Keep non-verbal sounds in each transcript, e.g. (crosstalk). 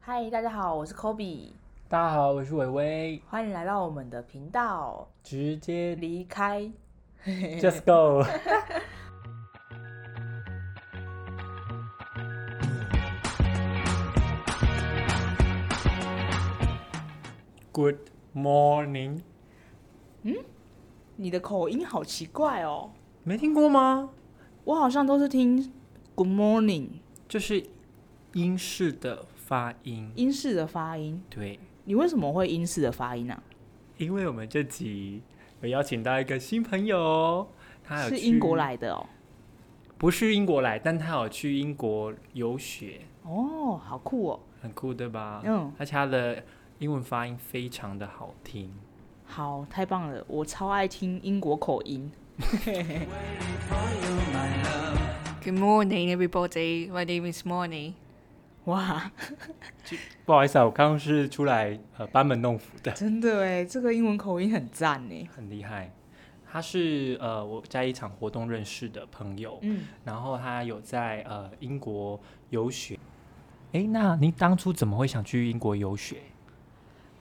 嗨，大家好，我是 Kobe，大家好，我是伟伟，欢迎来到我们的频道。直接 (laughs) 离开， just go。Good morning，你的口音好奇怪哦，没听过吗？我好像都是听 Good morning 就是英式的发音，英式的发音，对，你为什么会英式的发音啊？因为我们这集有邀请到一个新朋友，他有是去英国，来的哦。不是英国来，但他有去英国游学，哦，好酷哦。很酷，对吧？嗯，而且他的英文发音非常的好听。好，太棒了，我超爱听英国口音。 Good morning, everybody. My name is Morning. 哇，不好意思啊，我刚刚是出来呃班门弄斧的， (laughs) 真的哎，这个英文口音很赞哎。很厉害。他是呃我在一场活动认识的朋友，嗯，然后他有在呃英国游学。诶，那您当初怎么会想去英国游学？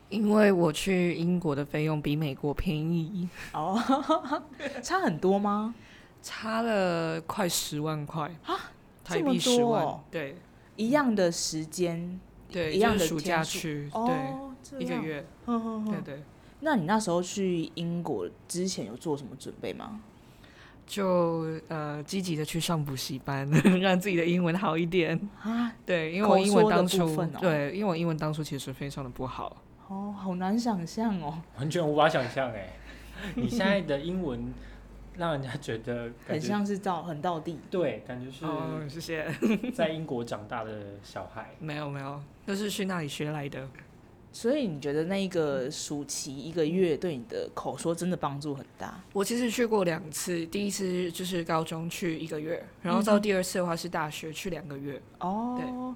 因为我去英国的费用比美国便宜，哦， (laughs) 差很多吗？差了快十万块啊，台这么币十多万，哦对一样的时间，对，一样的就是暑假天数去，哦，嗯这对，一个样。月，哼哼哼对对，那你那时候去英国之前有做什么准备吗？就呃积极的去上补习班， (laughs) 让自己的英文好一点。啊，对，因为我口英文说的当部初、分哦对，因为我英文当初其实非常的不好，哦，好难想象哦，完全无法想象欸诶， (laughs) 你现在的英文让人家觉得感很觉像是到很到地对，感觉嗯哦，是谢谢。 (laughs) 在英国长大的小孩。没有没有，都是去那里学来的。所以你觉得那一个暑期一个月对你的口说真的帮助很大？我其实去过两次，第一次就是高中去一个月，然后到第二次的话是大学去两个月。哦，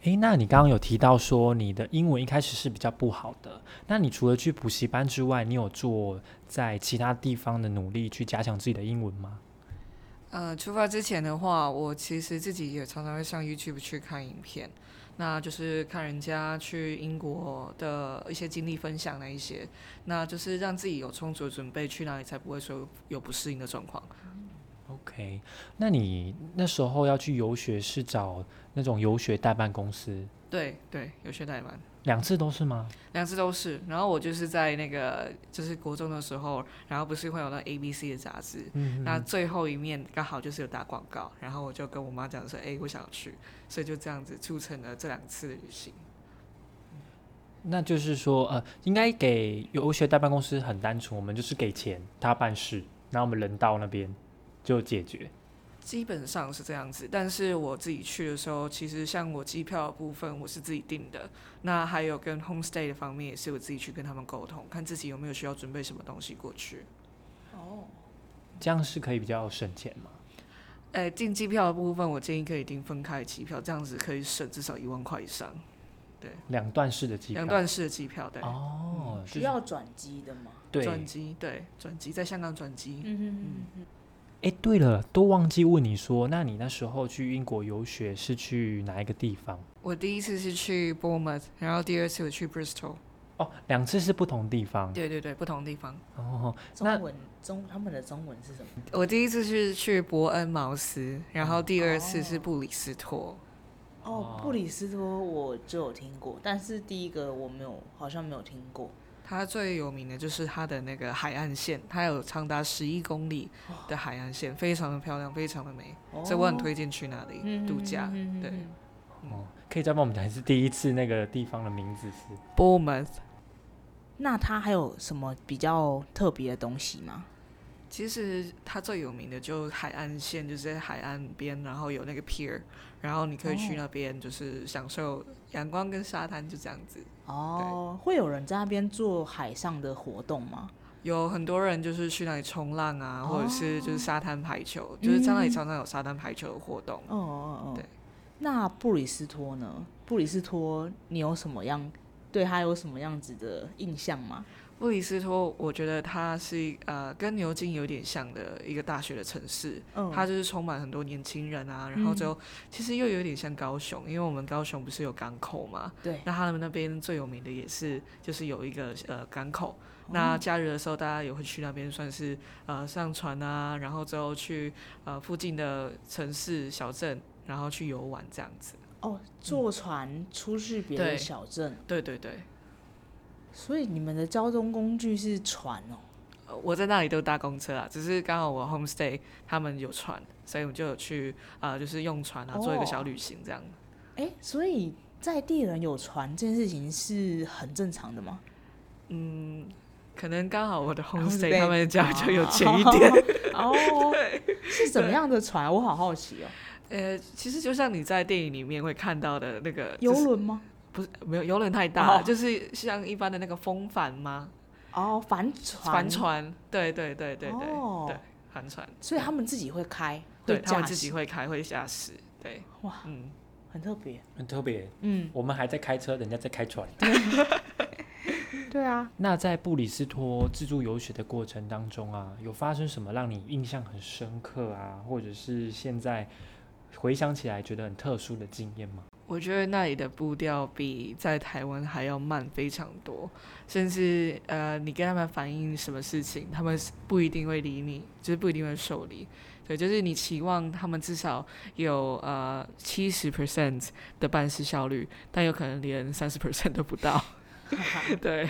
诶，那你刚刚有提到说你的英文一开始是比较不好的，那你除了去补习班之外，你有做在其他地方的努力去加强自己的英文吗？呃，出发之前的话，我其实自己也常常会上 YouTube 去看影片，那就是看人家去英国的一些经历分享那一些，那就是让自己有充足的准备去哪里才不会说有不适应的状况。 OK，那你那时候要去游学是找那种游学代办公司，对对，有些怠慢。两次都是吗？两次都是。然后我就是在那个就是国中的时候，然后不是会有那 A B C 的杂志，那最后一面刚好就是有打广告，然后我就跟我妈讲说，哎、我想要去，所以就这样子促成了这两次的旅行。那就是说，呃，应该给游学代办公司很单纯，我们就是给钱他办事，然后我们人到那边就解决。基本上是这样子，但是我自己去的时候，其实像我机票的部分我是自己定的，那还有跟 homestay 的方面也是我自己去跟他们沟通，看自己有没有需要准备什么东西过去。哦，这样是可以比较省钱吗？哎，订机票的部分，我建议可以订分开的机票，这样子可以省至少一万块以上。两段式的机票。两段式的嗯机票，对，哦，就需是要转机的吗？对转机，对，转机在香港转机。嗯嗯哎，对了，都忘记问你说，那你那时候去英国游学是去哪一个地方？我第一次是去 Bournemouth，然后第二次我去 Bristol，哦，两次是不同地方。对对对，不同地方。哦，嗯，那中文中他们的中文是什么？我第一次是去伯恩茅斯，然后第二次是布里斯托。哦，布里斯托我就有听过，但是第一个我没有，好像没有听过。它最有名的就是它的那个海岸线，它有长达十一公里的海岸线，非常的漂亮，非常的美，哦嗯所以我很推荐去那里度嗯假。对哦，可以再帮我们讲一次第一次那个地方的名字是？ ，Bournemouth 那它还有什么比较特别的东西吗？其实它最有名的就海岸线，就是在海岸边，然后有那个 pier，然后你可以去那边就是享受阳光跟沙滩，就这样子。哦，会有人在那边做海上的活动吗？有很多人就是去那里冲浪啊，或者是就是沙滩排球，就是在那里常常有沙滩排球的活动。哦哦哦，对。那布里斯托呢？布里斯托，你有什么样对他有什么样子的印象吗？布里斯托，我觉得它是一呃跟牛津有点像的一个大学的城市，嗯，它就是充满很多年轻人啊，然后之后其实又有点像高雄，因为我们高雄不是有港口嘛，对，那他们那边最有名的也是就是有一个呃港口，那假日的时候大家也会去那边算是呃上船啊，然后之后去呃附近的城市小镇，然后去游玩这样子。哦，坐船出去别对的小镇，对对对，所以你们的交通工具是船哦。呃我在那里都搭公车啊，只是刚好我 homestay 他们有船，所以我们就有去啊、呃就是用船啊哦做一个小旅行这样。哎、所以在地人有船这件事情是很正常的吗？可能刚好我的 homestay homestay 他们家就 (laughs) 有钱一点， (laughs) 哦， (laughs) 是怎么样的船？我好好奇哦，呃，其实就像你在电影里面会看到的那个游就是轮吗？不是没有游轮太大了哦就是像一般的那个风帆吗？哦，帆船，帆，船，对对对对对、哦对，帆船，所以他们自己会开，对会他驾们自己驶，会开会驾驶，对，哇，嗯，很特别。很特别。嗯，我们还在开车，人家在开船。对啊，那在布里斯托自助游学的过程当中啊，有发生什么让你印象很深刻啊，或者是现在回想起来觉得很特殊的经验吗？我觉得那里的步调比在台湾还要慢非常多，甚至呃，你跟他们反映什么事情，他们是不一定会理你，就是不一定会受理。对，就是你期望他们至少有呃七十 percent 的办事效率，但有可能连三十 percent 都不到。对，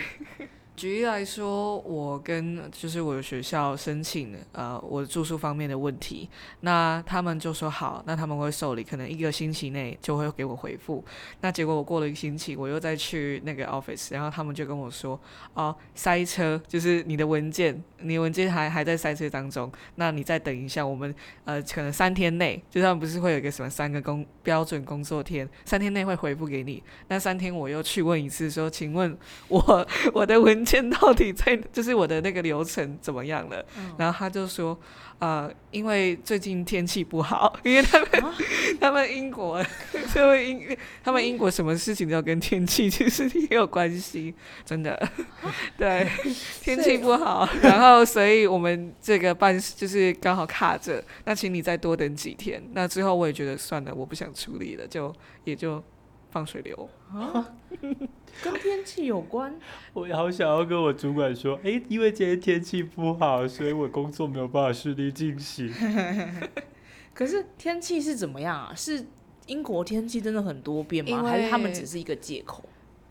举例来说，我跟就是我的学校申请呃我住宿方面的问题，那他们就说好，那他们会受理，可能一个星期内就会给我回复。那结果我过了一个星期，我又再去那个 office，然后他们就跟我说，哦，塞车，就是你的文件，你的文件还还在塞车当中，那你再等一下，我们呃可能三天内，就他们不是会有一个什么三个工标准工作天，三天内会回复给你。那三天我又去问一次，说，请问我我的文件到底在，就是我的那个流程怎么样了？然后他就说，呃，因为最近天气不好，因为他们、啊 (laughs) 他们英国，他们英他们英国什么事情都要跟天气其实也有关系，真的， (laughs) 对，天气不好，然后所以我们这个办事就是刚好卡着，那请你再多等几天。那之后我也觉得算了，我不想处理了，就也就放水流。啊， (laughs) 跟天气有关，我好想要跟我主管说，诶，因为今天天气不好，所以我工作没有办法顺利进行。可是天气是怎么样啊？是英国天气真的很多变因吗？为还是他们只是一个借口？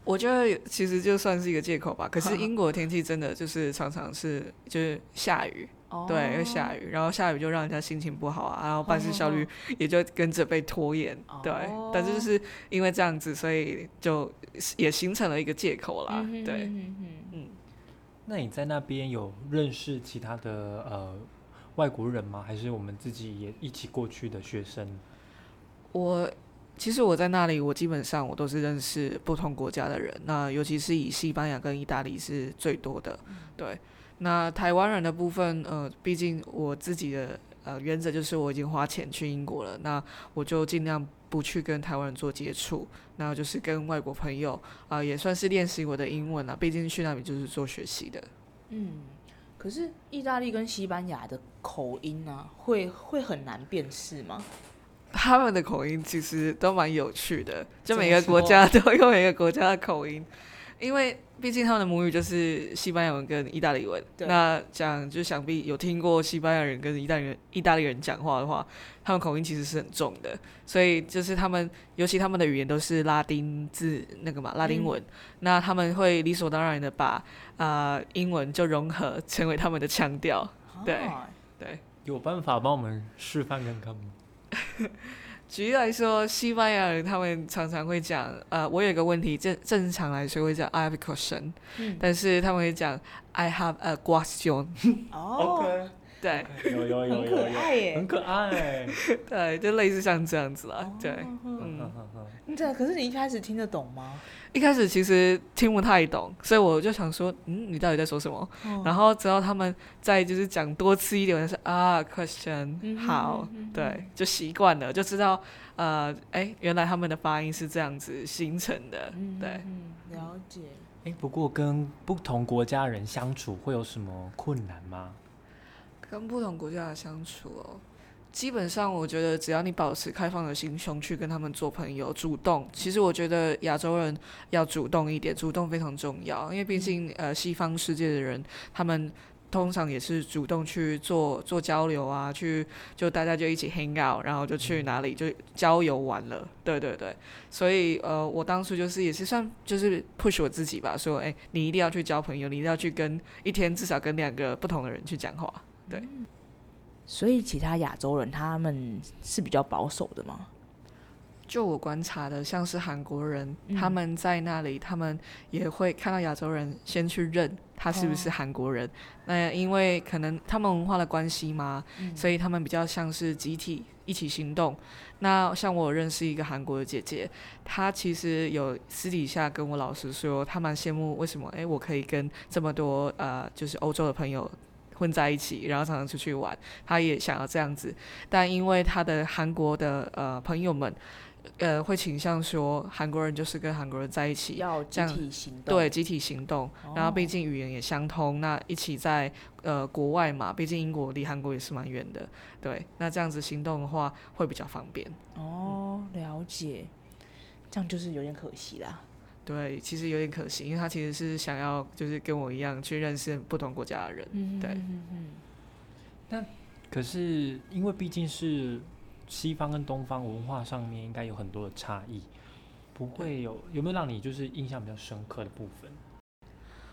我觉得其实就算是一个借口吧。可是英国天气真的就是常常是就是下雨，哦对，会下雨，然后下雨就让人家心情不好啊，然后办事效哦率也就跟着被拖延，对。但是就是因为这样子，所以就也形成了一个借口啦，嗯哼对。嗯哼嗯嗯，那你在那边有认识其他的呃外国人吗？还是我们自己也一起过去的学生？我其实我在那里，我基本上我都是认识不同国家的人，那尤其是以西班牙跟意大利是最多的，对。那台湾人的部分，呃，毕竟我自己的呃原则就是我已经花钱去英国了，那我就尽量不去跟台湾人做接触，那就是跟外国朋友啊、也算是练习我的英文了，啊毕竟去那里就是做学习的。嗯，可是意大利跟西班牙的口音啊，会会很难辨识吗？他们的口音其实都蛮有趣的，怎就么每个国家都有每个国家的口音，因为毕竟他们的母语就是西班牙文跟意大利文。对那讲就想必有听过西班牙人跟意大利人意大利人讲话的话，他们口音其实是很重的，所以就是他们，尤其他们的语言都是拉丁字那个嘛，拉丁文，那他们会理所当然的把啊、呃英文就融合成为他们的腔调。对啊对，有办法帮我们示范看看吗？举例来说，西班牙人他们常常会讲，呃，我有一个问题，正正常来说会讲 I have a question，、嗯但是他们会讲 I have a question， (laughs) 哦，对有有有很有可有，爱耶嗯很。可爱。对，就类似像这样子哦啦，对。嗯嗯，对，可是你一开始听得懂吗？一开始其实听不太懂，所以我就想说，嗯，你到底在说什么？哦然后直到他们再就是讲多次一点，我就说啊，question，嗯哼好，嗯哼对，就习惯了，就知道，呃，哎，原来他们的发音是这样子形成的，对。嗯嗯，了解。哎，不过跟不同国家人相处会有什么困难吗？跟不同国家的相处哦，基本上我觉得只要你保持开放的心胸去跟他们做朋友，主动。其实我觉得亚洲人要主动一点，主动非常重要，因为毕竟呃西方世界的人他们。通常也是主动去做做交流啊，去就大家就一起 hang out，然后就去哪里就郊游玩了。对对对，所以呃，我当初就是也是算就是 push 我自己吧，说哎、你一定要去交朋友，你一定要去跟一天至少跟两个不同的人去讲话。所以其他亚洲人他们是比较保守的嘛，就我观察的，像是韩国人，嗯他们在那里，他们也会看到亚洲人先去认他是不是韩国人。那因为可能他们文化的关系嘛，所以他们比较像是集体一起行动。那像我认识一个韩国的姐姐，她其实有私底下跟我老师说，她蛮羡慕为什么诶，我可以跟这么多呃就是欧洲的朋友。混在一起，然后常常出去玩，她也想要这样子，但因为她的韩国的呃朋友们呃，会倾向说韩国人就是跟韩国人在一起，要这集样体行动。对，集体行动，哦，然后毕竟语言也相通，那一起在呃国外嘛，毕竟英国离韩国也是蛮远的，对，那这样子行动的话会比较方便。哦，了解，这样就是有点可惜啦。对，其实有点可惜，因为他其实是想要就是跟我一样去认识不同国家的人，嗯对可是因为毕竟是西方跟东方文化上面应该有很多的差异，不会有有没有让你就是印象比较深刻的部分？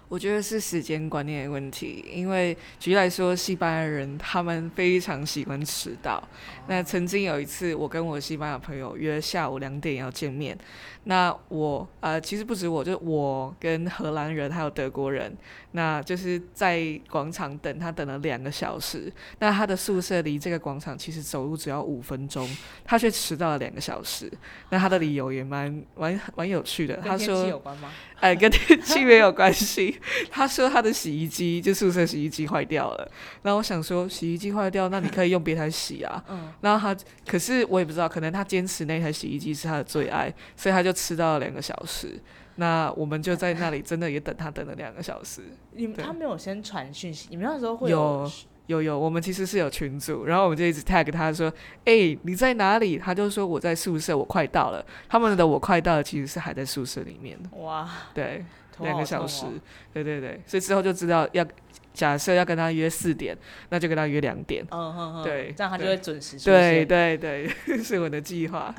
我觉得是时间观念的问题，因为举例来说，西班牙人他们非常喜欢迟到。那曾经有一次，我跟我西班牙朋友约下午两点要见面，那我呃，其实不止我，就是我跟荷兰人还有德国人，那就是在广场等他等了两个小时。那他的宿舍离这个广场其实走路只要五分钟，他却迟到了两个小时。那他的理由也蛮蛮蛮有趣的，跟他天说气有关吗？哎，跟天气没有关系。他说他的洗衣机就宿舍洗衣机坏掉了，然后我想说洗衣机坏掉，那你可以用别台洗啊。嗯，然后他，可是我也不知道，可能他坚持那台洗衣机是他的最爱，所以他就迟到了两个小时。那我们就在那里真的也等他等了两个小时。你们对他没有先传讯息，你们那时候会有有有，我们其实是有群组，然后我们就一直 tag 他说：“哎、你在哪里？”他就说：“我在宿舍，我快到了。”他们的“我快到了”其实是还在宿舍里面。哇，对，头两好个小痛时哦，对对对，所以之后就知道要假设要跟他约四点，那就跟他约两点。嗯哼哼，对这样他就对会准时出对现。对对， (laughs) 是我的计划。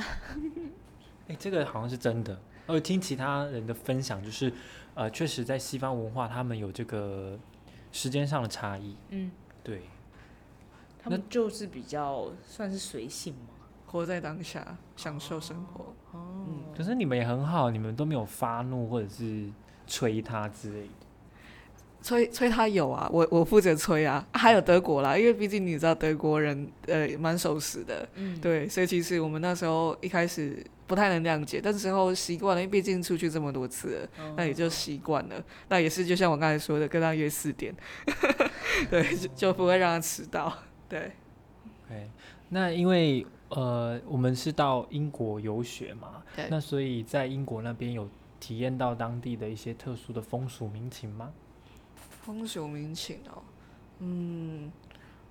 哎、这个好像是真的。我听其他人的分享，就是呃，确实在西方文化他们有这个时间上的差异。嗯，对，他们就是比较算是随性嘛。活在当下，享受生活。哦，可是你们也很好，你们都没有发怒或者是催他之类的。催催他有啊，我我负责催啊，啊还有德国啦，因为毕竟你知道德国人呃蛮守时的，嗯，对，所以其实我们那时候一开始不太能谅解，但之后习惯了，因为毕竟出去这么多次了，嗯那也就习惯了。那也是就像我刚才说的，跟他约四点， (laughs) 对，就就不会让他迟到。对， OK，那哎因为呃，我们是到英国游学嘛，对那所以在英国那边有体验到当地的一些特殊的风俗民情吗？风俗民情哦，嗯，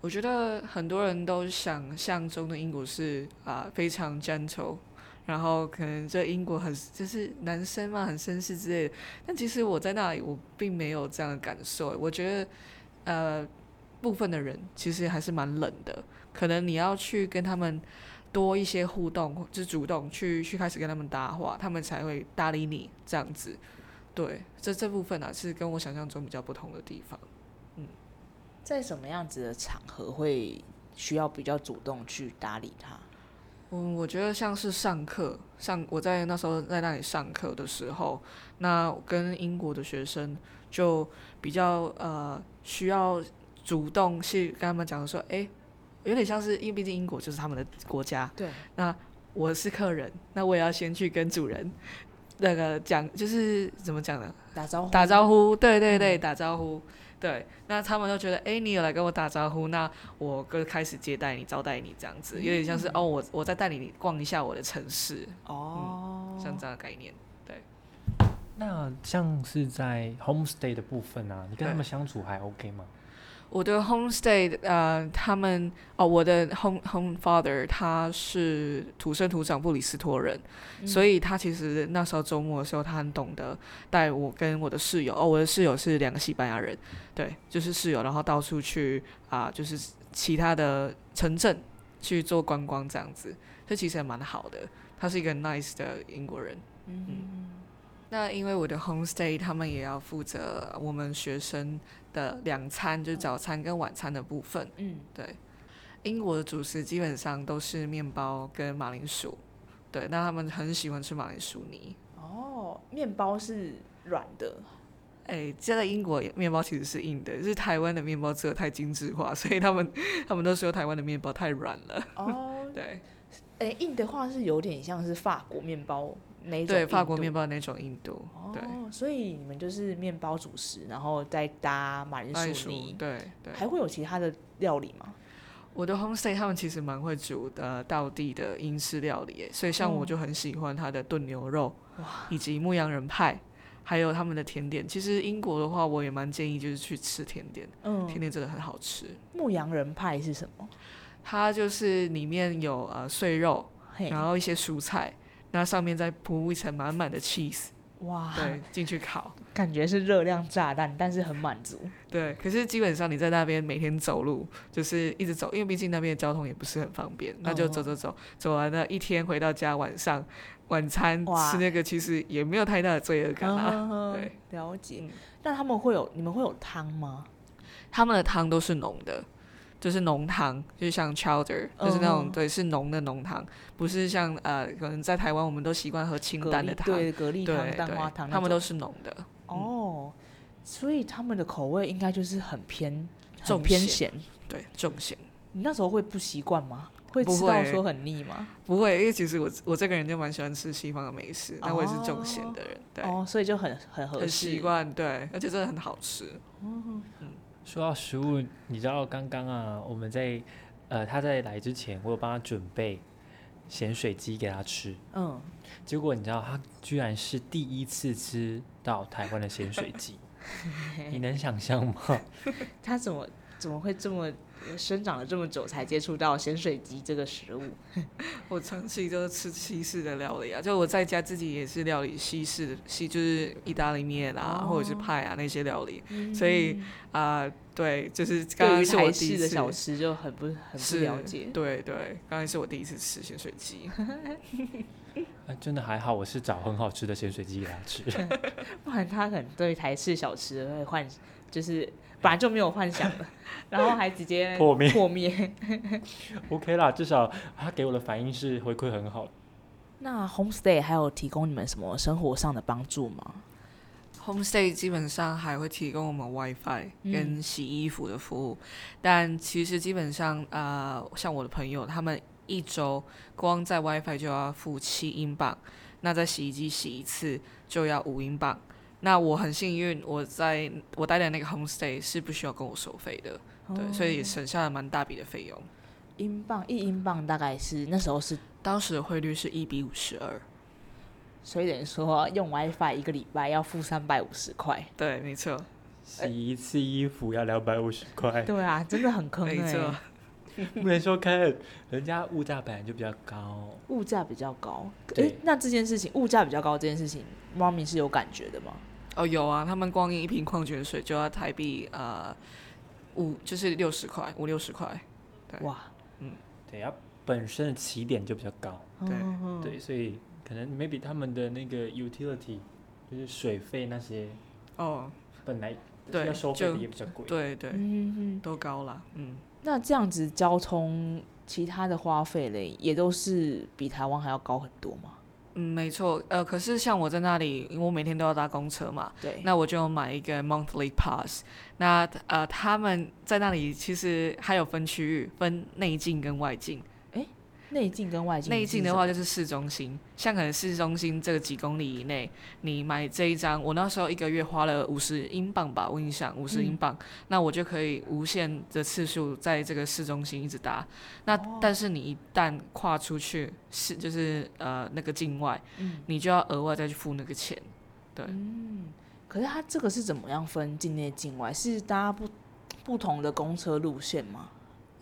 我觉得很多人都想象中的英国是啊、非常 gentle，然后可能这英国很就是男生嘛很绅士之类的，但其实我在那里我并没有这样的感受，欸我觉得呃部分的人其实还是蛮冷的，可能你要去跟他们。多一些互动，就是主动去去开始跟他们搭话，他们才会搭理你这样子。对，这这部分啊是跟我想象中比较不同的地方。在什么样子的场合会需要比较主动去搭理他？嗯，我觉得像是上课，上我在那时候在那里上课的时候，那跟英国的学生就比较呃需要主动去跟他们讲说，诶，有点像是因为毕竟英国就是他们的国家，对，我是客人，那我也要先去跟主人那个讲，就是怎么讲呢？打招呼，打招呼，对对对，打招呼，对。那他们就觉得，哎、你有来跟我打招呼，那我就开始接待你、招待你这样子，有点像是、哦，我我再带你逛一下我的城市，哦，像这样的概念。那像是在 homestay 的部分啊，你跟他对们相处还 OK 吗？我的 homestay，呃，他们哦，我的 home home father 他是土生土长布里斯托人，嗯所以他其实那时候周末的时候，他很懂得带我跟我的室友，哦，我的室友是两个西班牙人，对，就是室友，然后到处去啊、就是其他的城镇去做观光这样子，这其实也蛮好的。他是一个 nice 的英国人。嗯，那因为我的 homestay 他们也要负责我们学生的两餐，就是早餐跟晚餐的部分。嗯，对，英国的主食基本上都是面包跟马铃薯。对，那他们很喜欢吃马铃薯泥。哦，面包是软 (laughs) 的，哎，现在英国面包其实是硬的，就是台湾的面包做的太精致化，所以他们他们都说台湾的面包太软 (laughs) 了。哦，对哎、硬的话是有点像是法国面包那一种，对，法国面。包那种硬度，对，哦，所以你们就是面包主食，然后再搭马马铃铃薯薯泥，对对。还会有其他的料理吗？我的 homestay 他们其实蛮会煮的道地的英式料理耶，所以像我就很喜欢他的炖牛肉，以及牧羊人派，还有他们的甜点。其实英国的话，我也蛮建议就是去吃甜点，嗯，甜点真的很好吃。牧羊人派是什么？它就是里面有呃碎肉，嘿，然后一些蔬菜，那上面再铺一层满满的 cheese，哇，对，进去烤。感觉是热量炸弹，但是很满足。对，可是基本上你在那边每天走路，就是一直走，因为毕竟那边的交通也不是很方便，那就走走哦走，走完了一天回到家，晚上晚餐哇吃那个，其实也没有太大的罪恶感啊。嗯对，了解嗯。那他们会有你们会有汤吗？他们的汤都是浓的，就是浓汤，就是像 chowder，就是那种、嗯对，是浓的浓汤，不是像呃，可能在台湾我们都习惯喝清蛤淡的蜊汤，对，蛤蜊对汤、蛋对花汤那种，他们都是浓的。哦，所以他们的口味应该就是很偏很重偏咸咸。对，重咸你那时候会不习惯吗？会不吃到会说很腻吗？不会，因为其实我我这个人就蛮喜欢吃西方的美食，那我也是重咸的人，对。哦，所以就很很合很适。习惯，对，而且真的很好吃。说到食物，你知道刚刚啊，我们在呃他在来之前，我有帮他准备咸水鸡给他吃，嗯，结果你知道他居然是第一次吃到台湾的咸水鸡，你能想象吗？他怎么怎么会这么呃生长了这么久才接触到咸水鸡这个食物？我长期都是吃西式的料理啊，就我在家自己也是料理西式的西，就是意大利面啊，哦或者是派啊那些料理。所以啊、对，就是嗯刚对于刚是我台第一式的次小吃就很不很不是了解。对对，刚才是我第一次吃咸水鸡。啊真的还好，我是找很好吃的咸水鸡给他吃。不然他可能对台式小吃会幻，就是本来就没有幻想 (laughs) 了，然后还直接破灭破灭。 OK 啦，至少他给我的反应是回馈很好。那 homestay 还有提供你们什么生活上的帮助吗？ Homestay 基本上还会提供我们 WiFi 跟洗衣服的服务，但其实基本上呃，像我的朋友他们一周光在 WiFi 就要付七英镑，那在洗衣机洗一次就要五英镑。那我很幸运，我在我待的那个 Homestay 是不需要跟我收费的，对，所以也省下了蛮大笔的费用。英镑一英镑大概是那时候是，当时的汇率是一比五十二，所以等于说用 WiFi 一个礼拜要付三百五十块。对，没错，洗一次衣服要两百五十块，对啊，真的很坑没哎、错。不能说看，人家物价本来就比较高。物价比较高。诶，对那这件事情物价比较高这件事情，猫咪是有感觉的吗？哦，有啊，他们光一瓶矿泉水就要台币呃五，就是六十块，五六十块。对哇，对，它本身的起点就比较高，对嗯，嗯嗯对，所以可能 maybe 他们的那个 utility 就是水费那些哦，本来对要收费的就也比较贵。对对，嗯嗯。都高了，嗯。那这样子交通其他的花费嘞，也都是比台湾还要高很多嘛？嗯，没错，呃，可是像我在那里，因为我每天都要搭公车嘛，对，那我就有买一个 monthly pass 那。呃，他们在那里其实还有分区域，分内境跟外境。内境跟外境，内境的话，就是市中心，像可能市中心这个几公里以内，你买这一张，我那时候一个月花了五十英镑吧，我印象五十英镑，那我就可以无限的次数在这个市中心一直搭。那、但是你一旦跨出去是就是呃那个境外，嗯你就要额外再去付那个钱。对，嗯可是它这个是怎么样分境内境外？是搭不不同的公车路线吗？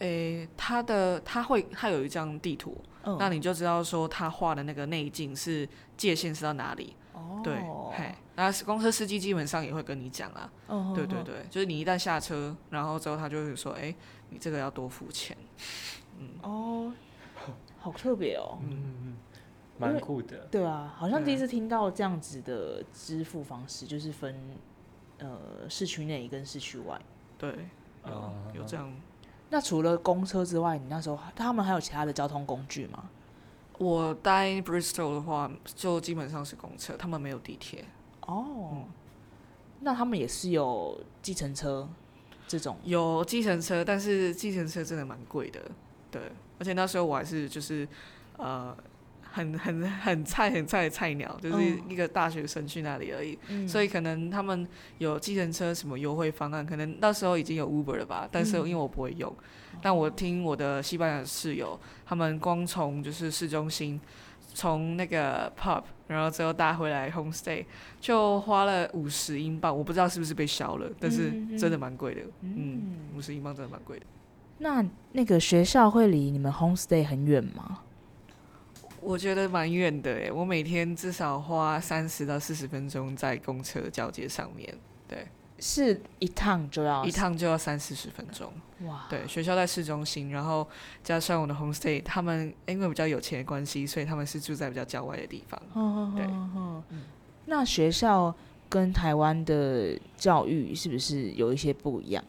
诶，它的它会它有一张地图，嗯，那你就知道说他画的那个内径是界限是到哪里。哦，对，嘿，那公车司机基本上也会跟你讲啊。嗯，对对嗯，对，就是你一旦下车，然后之后他就会说，哎、你这个要多付钱。嗯哦，好特别哦。嗯，因蛮为酷的。对啊，好像对第一次听到这样子的支付方式，就是分呃市区内跟市区外。对，有、哦有这样。那除了公车之外，你那时候他们还有其他的交通工具吗？我待 Bristol 的话，就基本上是公车，他们没有地铁。哦，那他们也是有计程车这种有计程车，但是计程车真的蛮贵的，对，而且那时候我还是就是呃很很很菜很菜的菜鸟，就是嗯一个大学生去那里而已，嗯所以可能他们有计程车什么优惠方案，可能那时候已经有 Uber 了吧，但是嗯因为我不会用，但我听我的西班牙室友，他们光从就是市中心。从那个 pub，然后之后搭回来 homestay，就花了五十英镑，我不知道是不是被消了，但是嗯嗯嗯真的蛮贵的。嗯嗯，五十英镑真的蛮贵的。那那个学校会离你们 homestay 很远吗？我觉得蛮远的诶，我每天至少花三十到四十分钟在公车交接上面，是一趟就要一趟就要三四十分钟。哇？对，学校在市中心，然后加上我的 homestay，他们因为比较有钱的关系，所以他们是住在比较郊外的地方。哦哼，对嗯哼哼哼那学校跟台湾的教育是不是有一些不一样？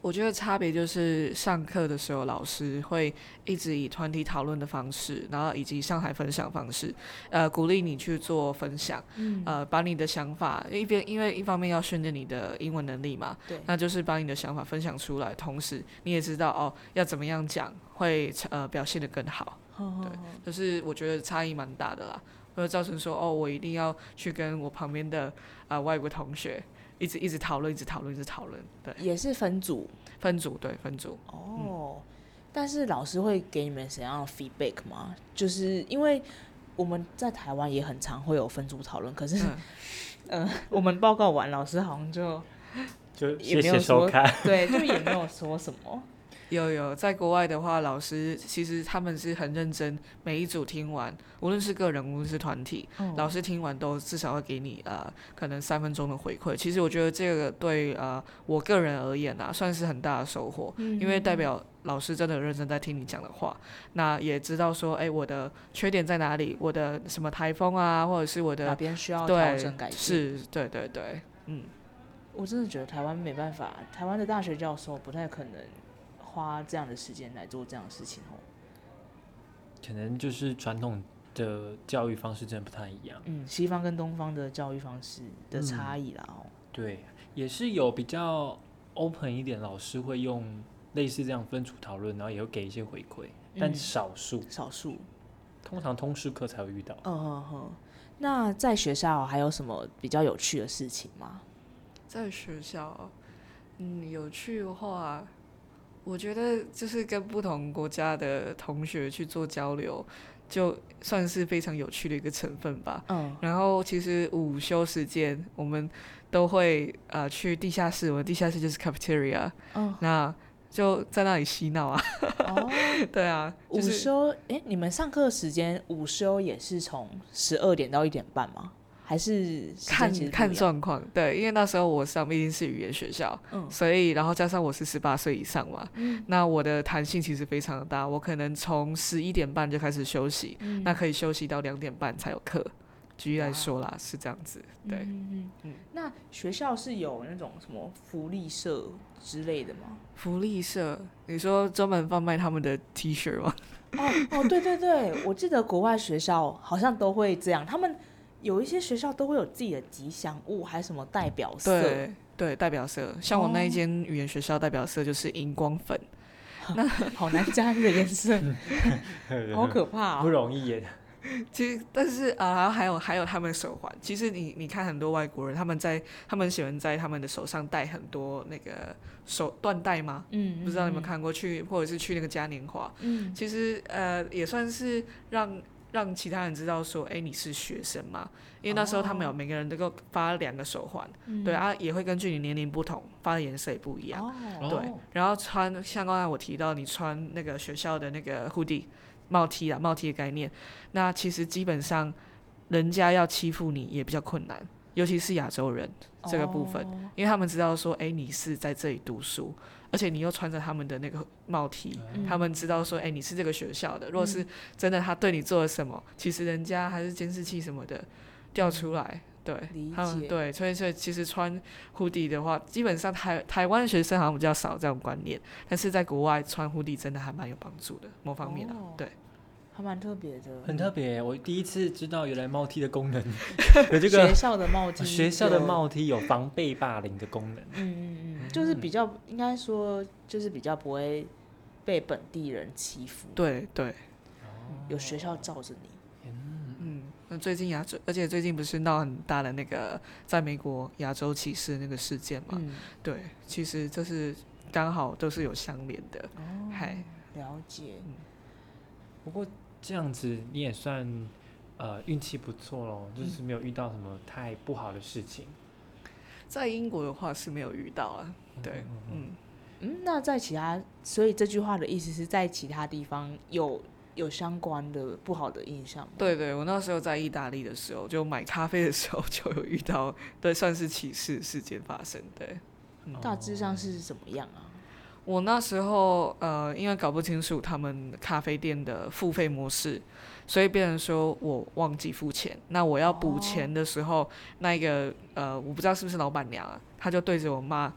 我觉得差别就是上课的时候，老师会一直以团体讨论的方式，然后以及上海分享方式，呃，鼓励你去做分享，嗯呃，把你的想法一边，因为一方面要训练你的英文能力嘛，对那就是把你的想法分享出来，同时你也知道哦，要怎么样讲会呃表现得更好。对对，就是我觉得差异蛮大的啦，会造成说哦，我一定要去跟我旁边的啊、呃外国同学一直一直讨论，一直讨论，一直讨论。对，也是分组分组对分组。哦。但是老师会给你们怎样的 feedback 吗？就是因为我们在台湾也很常会有分组讨论，可嗯是、 (laughs) 呃，我们报告完，老师好像 (laughs) 就就也谢没有谢收说看。对，就也没有说什么。有有，在国外的话，老师其实他们是很认真，每一组听完，无论是个人，无论是团体，嗯老师听完都至少会给你呃，可能三分钟的回馈。其实我觉得这个对呃我个人而言啊，算是很大的收获，嗯因为代表老师真的有认真在听你讲的话，那也知道说，哎、我的缺点在哪里，我的什么台风啊，或者是我哪的边需要调对整改进？是，对对对，嗯，我真的觉得台湾没办法，台湾的大学教授不太可能花这样的时间来做这样的事情哦。 (laughs) 可能就是传统的教育方式真的不太一样。嗯，西方跟东方的教育方式的差异啦哦。对，也是有比较 open 一点，老师会用类似这样分组讨论，然后也会给一些回馈，但嗯少数，少数，通常通识课才会遇到。嗯哼哼。那在学校还有什么比较有趣的事情吗？在学校，啊嗯，有趣的话，我觉得就是跟不同国家的同学去做交流，就算是非常有趣的一个成分吧。嗯，然后其实午休时间我们都会呃去地下室，我们地下室就是 cafeteria，嗯那就在那里嬉闹啊， (laughs) (laughs) 哦，对啊，午就是休，哎、你们上课时间午休也是从十二点到一点半吗？还是时间看其实不看一样？状况，对，因为那时候我上毕竟是语言学校，嗯所以然后加上我是十八岁以上嘛，那我的弹性其实非常的大，我可能从十一点半就开始休息，嗯嗯那可以休息到两点半才有课。举例来说啦，是这样子，对，嗯嗯嗯那学校是有那种什么福利社之类的吗？福利社，你说专门贩卖他们的 T 恤吗？哦哦，对对对，我记得国外学校好像都会这样，他们有一些学校都会有自己的吉祥物，还有什么代表色。 (laughs) 对对，代表色，像我那一哦间语言学校代表色就是荧光粉，好难加这个颜 (laughs) 色，好可怕不哦。容易耶，其实，但是啊，然后还有还有他们手环，其实你你看很多外国人，他们在他们喜欢在他们的手上戴很多那个手缎带吗？嗯，不知道你们嗯，看过去，或者是去那个嘉年华，嗯，其实呃也算是让让其他人知道说，哎、你是学生嘛？因为那时候他们有哦每个人能够发两个手环，嗯对啊，也会根据你年龄不同，发的颜色也不一样。哦，对，然后穿像刚才我提到，你穿那个学校的那个 hoodie 帽 T 啊，帽 T 的概念，那其实基本上人家要欺负你也比较困难，尤其是亚洲人这个部分，哦因为他们知道说，哎，你是在这里读书，而且你又穿着他们的那个帽 T，、哦嗯他们知道说，哎，你是这个学校的。如果是真的他对你做了什么，其实人家还是监视器什么的调出来。对理，他们解对，所以所以其实穿 hoodie 的话，基本上台台湾学生好像比较少这种观念，但是在国外穿 hoodie 真的还蛮有帮助的，某方面啊，哦对，还蛮特别的，很特别。我第一次知道原来帽 T 的 (laughs) 功能有这学个啊校的帽 T， (laughs) 学校的对帽 T 有防被霸凌的功能。嗯嗯嗯，就是比较应该说就是比较不会被本地人欺负，对对，哦有学校罩着你，嗯，那最近亚洲，而且最近不是闹很大的那个在美国亚洲歧视那个事件嘛，嗯，对，其实这是刚好都是有相连的，嗨、哦了解，不过这样子你也算呃运气不错咯，就是没有遇到什么太不好的事情。在英国的话是没有遇到啊，对，嗯，嗯，那在其他，所以这句话的意思是在其他地方有有相关的不好的印象吗？对对，我那时候在意大利的时候，就买咖啡的时候 (laughs) 就有遇到，对，算是歧视事件发生。对嗯嗯大致上哦是怎么样啊？我那时候呃，因为搞不清楚他们咖啡店的付费模式，所以变成说我忘记付钱。那我要补钱的时候，那一个呃，我不知道是不是老板娘啊，她就对着我骂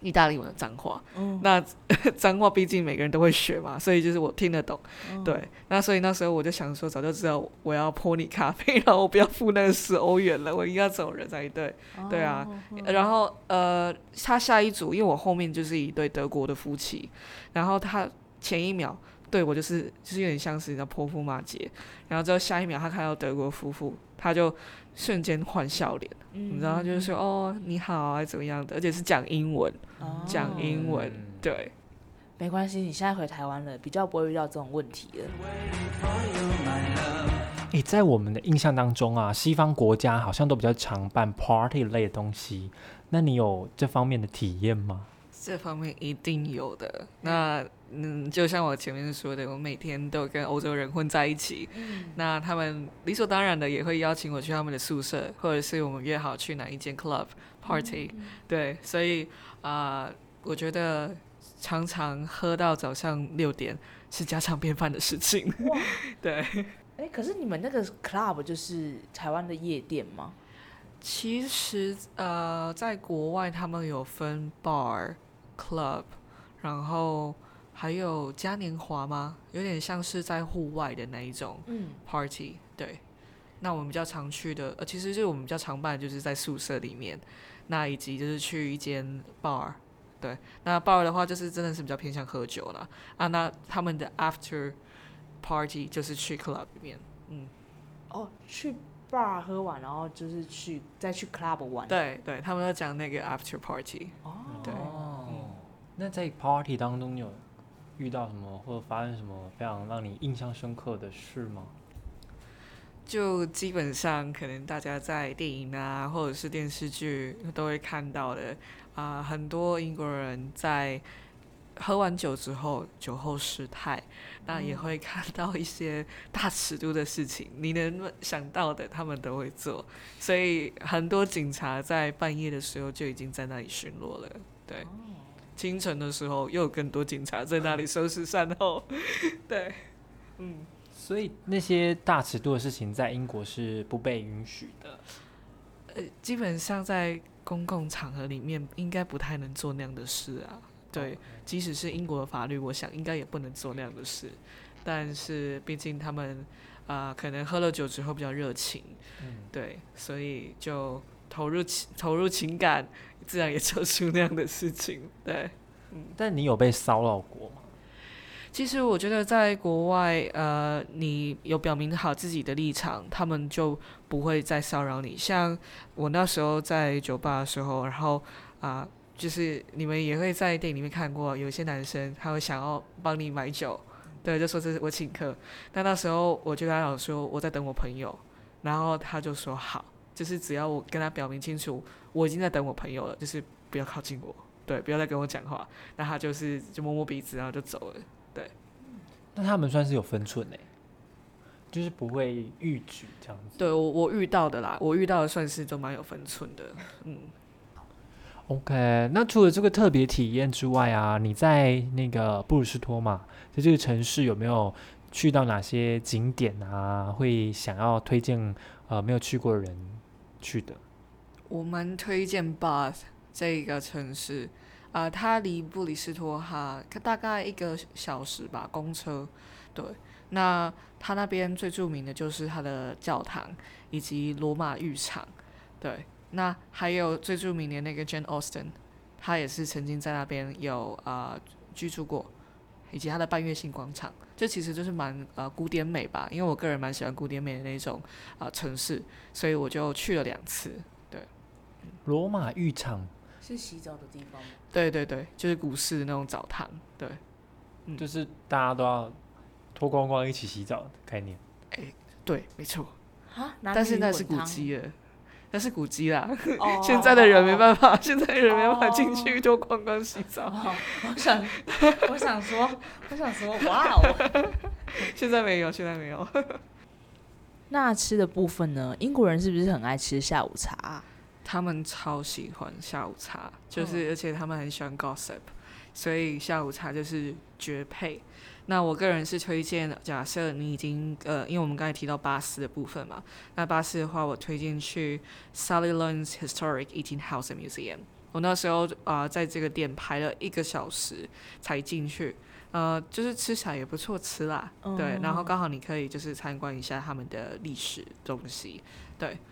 意大利文的脏话。嗯，哦那 (laughs) 脏话毕竟每个人都会学嘛，所以就是我听得懂。嗯，对，那所以那时候我就想说，早就知道我要泼你咖啡， (laughs) 然后我不要付那个十欧元了，我应该走人才对。对啊哦，然后呃，他下一组，因为我后面就是一对德国的夫妻，然后他前一秒对我就是就是有点像是你知道泼妇骂街，然后之后下一秒他看到德国夫妇，他就瞬间换笑脸，嗯你知道，他就是说哦你好啊怎么样的，而且是讲英文，哦讲英文，嗯对。没关系，你现在回台湾了，比较不会遇到这种问题了。诶、在我们的印象当中啊，西方国家好像都比较常办 party 类的东西。那你有这方面的体验吗？这方面一定有的。那嗯，就像我前面说的，我每天都跟欧洲人混在一起，那他们理所当然的也会邀请我去他们的宿舍，或者是我们约好去哪一间 club party、对，所以啊、我觉得常常喝到早上六点是家常便饭的事情。对，哎、可是你们那个 club 就是台湾的夜店吗？其实呃，在国外他们有分 bar、club，然后还有嘉年华吗？有点像是在户外的那一种嗯， party。对，那我们比较常去的，呃，其实就是我们比较常办，就是在宿舍里面，那以及就是去一间 bar。对，那 bar 的话就是真的是比较偏向喝酒啦。啊，那他们的 after party 就是去 club 里面。哦，去 bar 喝完，然后就是去再去 club 玩。，对对，他们都讲那个 after party。哦，对哦，那在 party 当中你有遇到什么或者发生什么非常让你印象深刻的事吗？就基本上可能大家在电影啊，或者是电视剧都会看到的啊、很多英国人在喝完酒之后酒后失态，那也会看到一些大尺度的事情，你能想到的他们都会做，所以很多警察在半夜的时候就已经在那里巡逻了。对，清晨的时候又有更多警察在那里收拾善后。 (laughs) 对，嗯。所以那些大尺度的事情在英国是不被允许的。呃，基本上在公共场合里面应该不太能做那样的事啊。对，即使是英国的法律，我想应该也不能做那样的事。但是毕竟他们啊、呃可能喝了酒之后比较热情，对，所以就投入情投入情感，自然也做出那样的事情。对，但你有被骚扰过吗？其实我觉得在国外，呃，你有表明好自己的立场，他们就不会再骚扰你。像我那时候在酒吧的时候，然后啊、就是你们也会在电影里面看过，有一些男生他会想要帮你买酒，对，就说这是我请客。那那时候我就跟他讲说我在等我朋友，然后他就说好，就是只要我跟他表明清楚我已经在等我朋友了，就是不要靠近我，对，不要再跟我讲话。那他就是就摸摸鼻子，然后就走了。那他们算是有分寸诶、就是不会逾矩这样子。对我我遇到的啦，我遇到的算是都蛮有分寸的，嗯。 OK，那除了这个特别体验之外啊，你在那个布鲁斯托嘛，在这个城市有没有去到哪些景点啊？会想要推荐呃没有去过的人去的？我蛮推荐 Bath 这一个城市，啊、它离布里斯托哈大概一个小时吧，公车。对，那它那边最著名的就是它的教堂以及罗马浴场。对，那还有最著名的那个 Jane Austen，她也是曾经在那边有啊、居住过，以及它的半月形广场。这其实就是蛮呃古典美吧，因为我个人蛮喜欢古典美的那种啊、城市，所以我就去了两次。罗马浴场是洗澡的地方吗？对对对，就是股市那种澡堂，对，嗯就是大家都要脱光光一起洗澡的概念。对，没错。啊，男但女是那混是古汤迹了，那是古迹啦。哦 (laughs) 现在的人没法。办法，现在的人没办法进哦去脱光光洗澡，哦我想，我想说，我想说，哇哦！现在没有，现在没有。那吃的部分呢？英国人是不是很爱吃下午茶啊、他们超喜欢下午茶，就是、而且他们很喜欢 gossip，所以下午茶就是绝配。那我个人是推荐，假设你已经呃，因为我们刚才提到巴斯的部分嘛，那巴斯的话，我推荐去 Sally Loans Historic Eating House and Museum。我那时候啊、呃在这个店排了一个小时才进去，呃，就是吃起来也不错吃啦，对，然后刚好你可以就是参观一下他们的历史东西，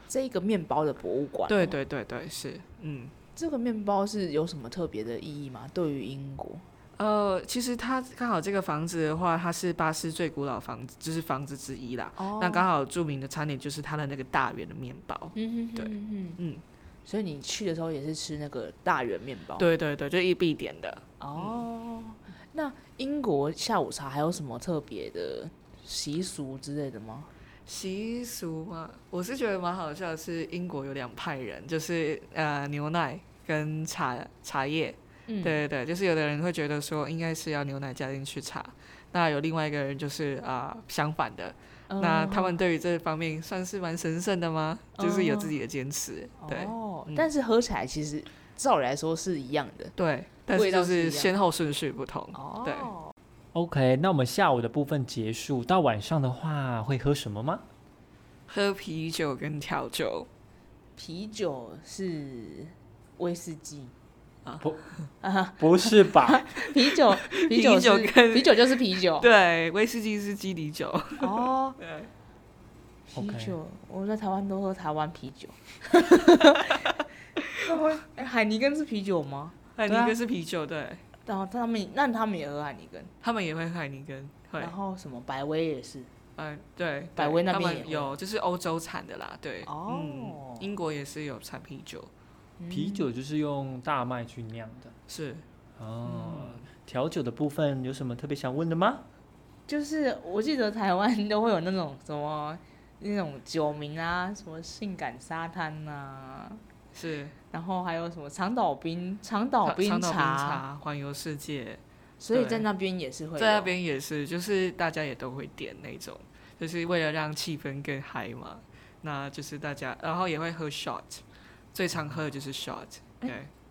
这个面包的博物馆、哦对，对对对，是，嗯。这个面包是有什么特别的意义吗？对于英国，呃，其实它刚好这个房子的话，它是巴斯最古老房子，就是房子之一啦。哦那刚好著名的餐点就是它的那个大圆的面包。嗯哼对嗯嗯，所以你去的时候也是吃那个大圆面包，对对对，就一必点的。哦。那英国下午茶还有什么特别的习俗之类的吗？习俗嘛，我是觉得蛮好笑的是，英国有两派人，就是呃牛奶跟茶茶叶。嗯对对对，就是有的人会觉得说应该是要牛奶加进去茶，那有另外一个人就是啊、呃相反的，嗯那他们对于这方面算是蛮神圣的吗？就是有嗯自己的坚持。对。哦嗯，但是喝起来其实照理来说是一样的。对，但是味就道是是一样先后顺序不同。哦对 OK，那我们下午的部分结束，到晚上的话会喝什么吗？喝啤酒跟调酒，啤酒是威士忌，不是 (laughs) 吧？ (laughs) 啤酒啤酒酒是跟啤酒就是啤酒对，威士忌是基 (laughs) 底酒。哦。对，啤 OK 酒，我在台湾都喝台湾啤酒。 (laughs) 那会哎海尼根是啤酒吗？海尼对啊根是啤酒，对，然后他们那他们也喝海尼根，他们也会喝海尼根，会然，后什么百威也是。嗯，对，对哦百威那他边们也会有，就是欧洲产的啦，对，哦嗯，英国也是有产啤酒，啤酒就是用大麦去酿的是，哦。调酒的部分有什么特别想问的吗？就是我记得台湾都会有那种什么那种酒名啊，什么性感沙滩呐、啊，是然后还有什么长岛冰长岛冰长茶，岛冰茶环游世界，所以对在那边也是会哦在那有边也是，就是大家也都会点那种，就是为了让气氛更嗨嘛。那就是大家，然后也会喝 shot，最常喝的就是 shot。对，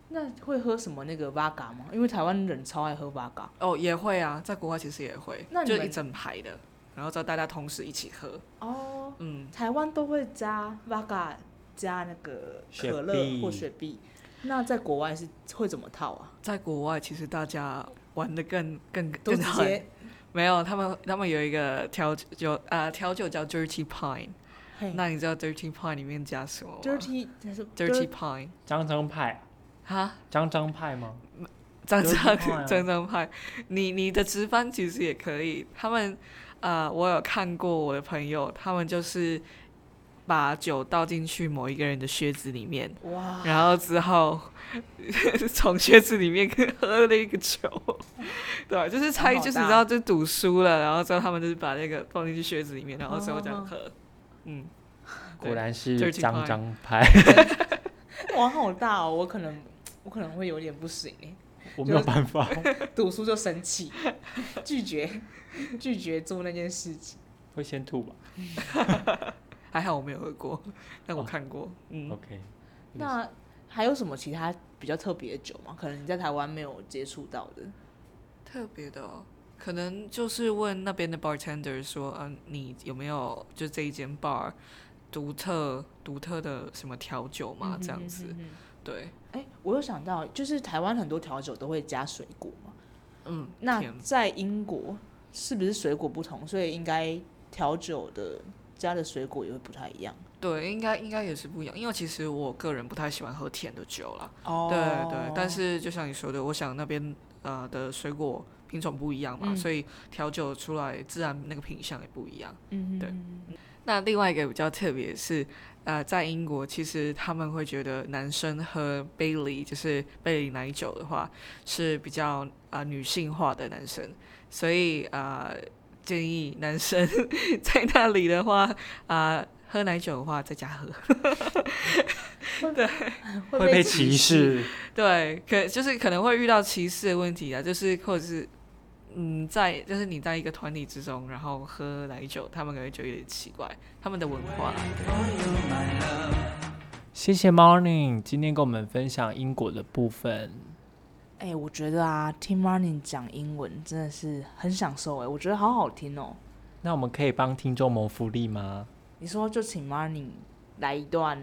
那会喝什么那个 v o d a 吗？因为台湾人超爱喝 v o d a 哦，也会啊，在国外其实也会，那你就们是一整排的，然后叫大家同时一起喝。哦，嗯，台湾都会加 v o d a 加那个雪可乐碧或雪碧。那在国外是会怎么套啊？在国外其实大家玩的更更都更直狠，接没有他们他们有一个调酒啊、呃调酒叫 dirty pine，嘿那你知道 dirty pine 里面加什么吗嗯 dirty 还是 dirty pine 张张派，哈？张张派吗？张张 Dirty Pie 啊张张派，你你的直翻其实也可以。他们啊、呃我有看过我的朋友，他们就是把酒倒进去某一个人的靴子里面，哇，然后之后从靴子里面喝了一个酒，对，就是猜，好就是大你知道，就赌输了，然后之后他们就是把那个放进去靴子里面，然后之后这哦样喝，嗯，果然对是，dirty 张 pie 张拍，哇好大哦，我可能我可能会有点不行哎， (laughs) 我没有办法。赌输就生气，拒绝拒绝做那件事情。会先吐吧还好我没有喝过，但我哦看过，嗯， ？OK，那还有什么其他比较特别的酒吗？可能你在台湾没有接触到的。特别的、哦，可能就是问那边的 bartender 说，嗯、你有没有就这一间 bar 独特独特的什么调酒嗯嘛？这样子，对，哎、我有想到，就是台湾很多调酒都会加水果嘛。嗯，那甜在英国是不是水果不同，所以应该调酒的加的水果也会不太一样？对，应该应该也是不一样，因为其实我个人不太喜欢喝甜的酒啦。哦对对，但是就像你说的，我想那边呃的水果品种不一样嘛，嗯所以调酒出来自然那个品相也不一样。嗯，对那另外一个比较特别的是，呃，在英国其实他们会觉得男生喝 Bailey 就是贝里奶酒的话是比较啊、呃女性化的男生，所以啊、呃建议男生 (laughs) 在那里的话啊、呃喝奶酒的话在家喝。会被歧歧。视。 (laughs) 对，可就是可能会遇到歧视的问题啊，就是或者是嗯，在就是你在一个团体之中，然后喝奶酒，他们可能会觉得有点奇怪，他们的文化啦。谢谢 Morning，今天跟我们分享英国的部分。哎、我觉得啊，Tim Martin 讲英文真的是很享受哎、我觉得好好听哦、那我们可以帮听众谋福利吗？你说就请 Martin 来一段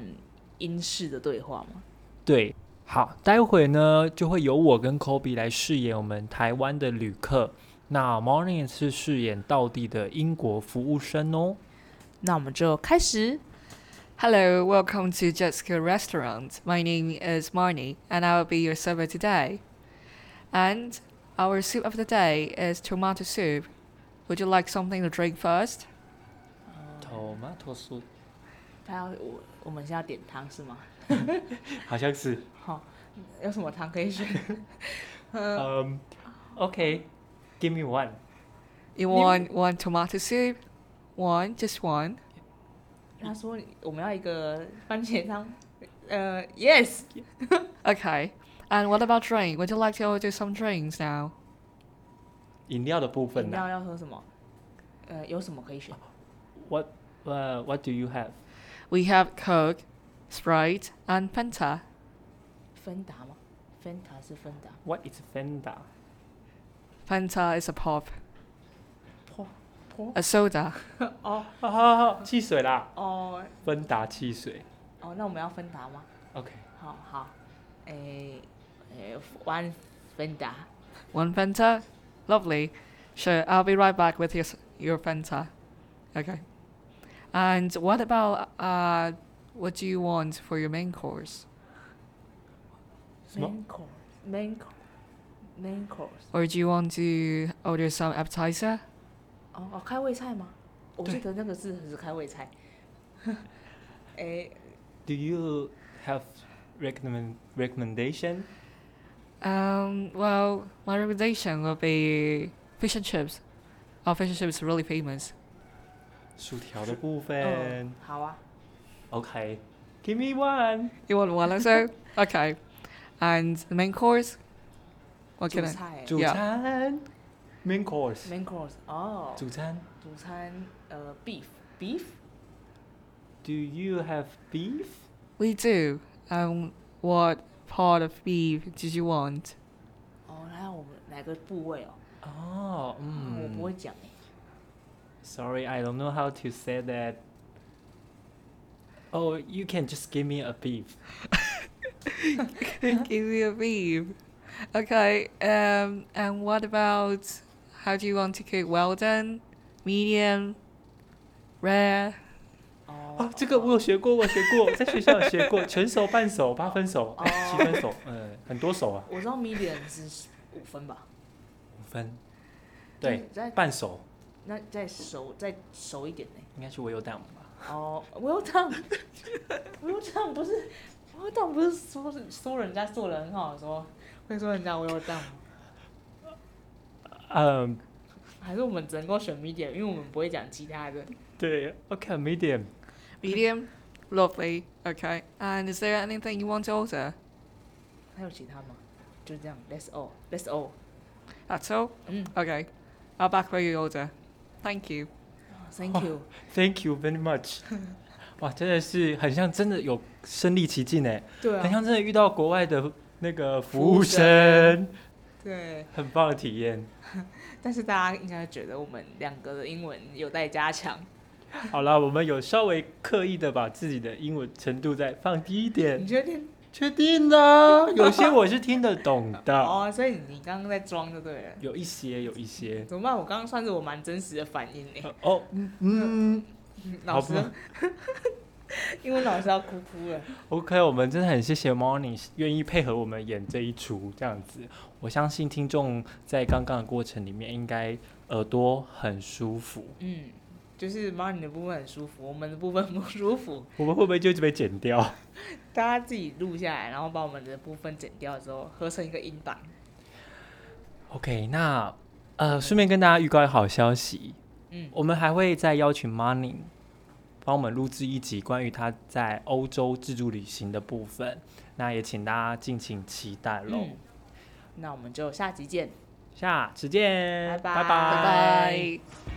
英式的对话吗？对，好，待会呢就会由我跟 Kobe 来饰演我们台湾的旅客，那 Morning 是饰演道地的英国服务生哦。那我们就开始。 Hello, welcome to Jessica Restaurant. My name is Marnie, and I will be your server today. And our soup of the day is tomato soup. Would you like something to drink first? Tomato soup，他要我我们现在要点汤是吗？好像是，好，有什么汤可以选？ (laughs) 嗯、o k g i v e me one。 You want one tomato soup? One, just one. 他说我们要一个番茄汤。呃，yes， Okay. And what about drink? Would you like to order some drinks now? 饮料的部饮分啊呢、料要喝什么？呃，有什么可以选？ w h a t 呃、w h a t uh, do you have？ We have Coke, Sprite, and Fanta. 芬达吗？芬达是芬达 What is Fanta？ Fanta is a pop, 泼泼 a soda. 哦啊好好好，汽水啦，哦芬达汽水。哦，那我们要芬达吗？ OK，好好，诶诶，one 芬达。 One Fanta? Lovely. Sure, I'll be right back with your, s- your Fanta. Okay. And what about uh, what do you want for your main course? 什么 main course main course main course。 Or do you want to order some appetizer? 哦哦，开胃菜吗？我对记得那个字是开胃菜。 (laughs) 诶， ？Do you have recommend recommendation？ Um, well, my recommendation will be fish and chips. Our fish and chips are really famous. 薯条的部分嗯。，好啊。 OK，Give Oh. me one。 You want one also? okay. And the main course? What 主 can I? 菜主 Yeah 餐，Main course。 main course 哦，主餐主餐呃 beef beef ，Do you have beef？ We do. Um, what part of beef did you want? (laughs) 哦，然后我们哪个部位哦？哦，嗯，我不嗯会讲哎。 ，Sorry，I don't know how to say that。Oh, you can just give me a beef. Give me a beef. Okay. Um, and what about how do you want to cook? Well done, medium, rare. 哦啊，这个我有学过，我有学 (laughs) 过，在学校有学过，全熟、半熟、八分熟、哦七分熟，嗯，很多熟啊，我知道 medium 是五分吧？五分。就对是，在半熟那再熟再熟一点呢？应该是 well done 吧。哦，Welcome，Welcome 不是 Welcome 不是说说人家做的很好的时候会说人家 Welcome，吗嗯，还是我们只能够选 media，因为我们不会讲其他的。对，OK，medium、 Medium, lovely, okay. And is there anything you want to order? 还有其他吗？就这样，Let's all，Let's all。 That's all. 嗯 Okay, I'll back where you order. Thank you. ，Thank you。 Thank you (laughs) very much 。哇，真的是很像真的有身临其境哎，对很啊，像真的遇到国外的那个服服务务生，对。很棒的体验。但是大家应该觉得我们两个的英文有待加强。好啦，我们有稍微刻意的把自己的英文程度再放低一你点，确定？确定呢？有些我是听得懂的，哦，所以你刚刚在装就对了。有一些，有一些。怎么办？我刚刚算是我蛮真实的反应 (laughs) 诶、呃哦，嗯嗯嗯好老师吧，英文老师要哭哭了。 ，OK，我们真的很谢谢 Morning 愿意配合我们演这一出这样子。我相信听众在刚刚的过程里面，应该耳朵很舒服。嗯，就是 Martin 的部分很舒服，我们的部分不舒服。 (laughs) 我们会不会就一直被剪掉？大家自己录下来，然后把我们的部分剪掉之后，合成一个音档。 OK，那呃，顺便跟大家预告一个好消息，嗯，我们还会再邀请 Money 帮我们录制一集关于他在欧洲自助旅行的部分，那也请大家敬请期待喽。嗯那我们就下集见。下次见，拜拜拜拜 Bye.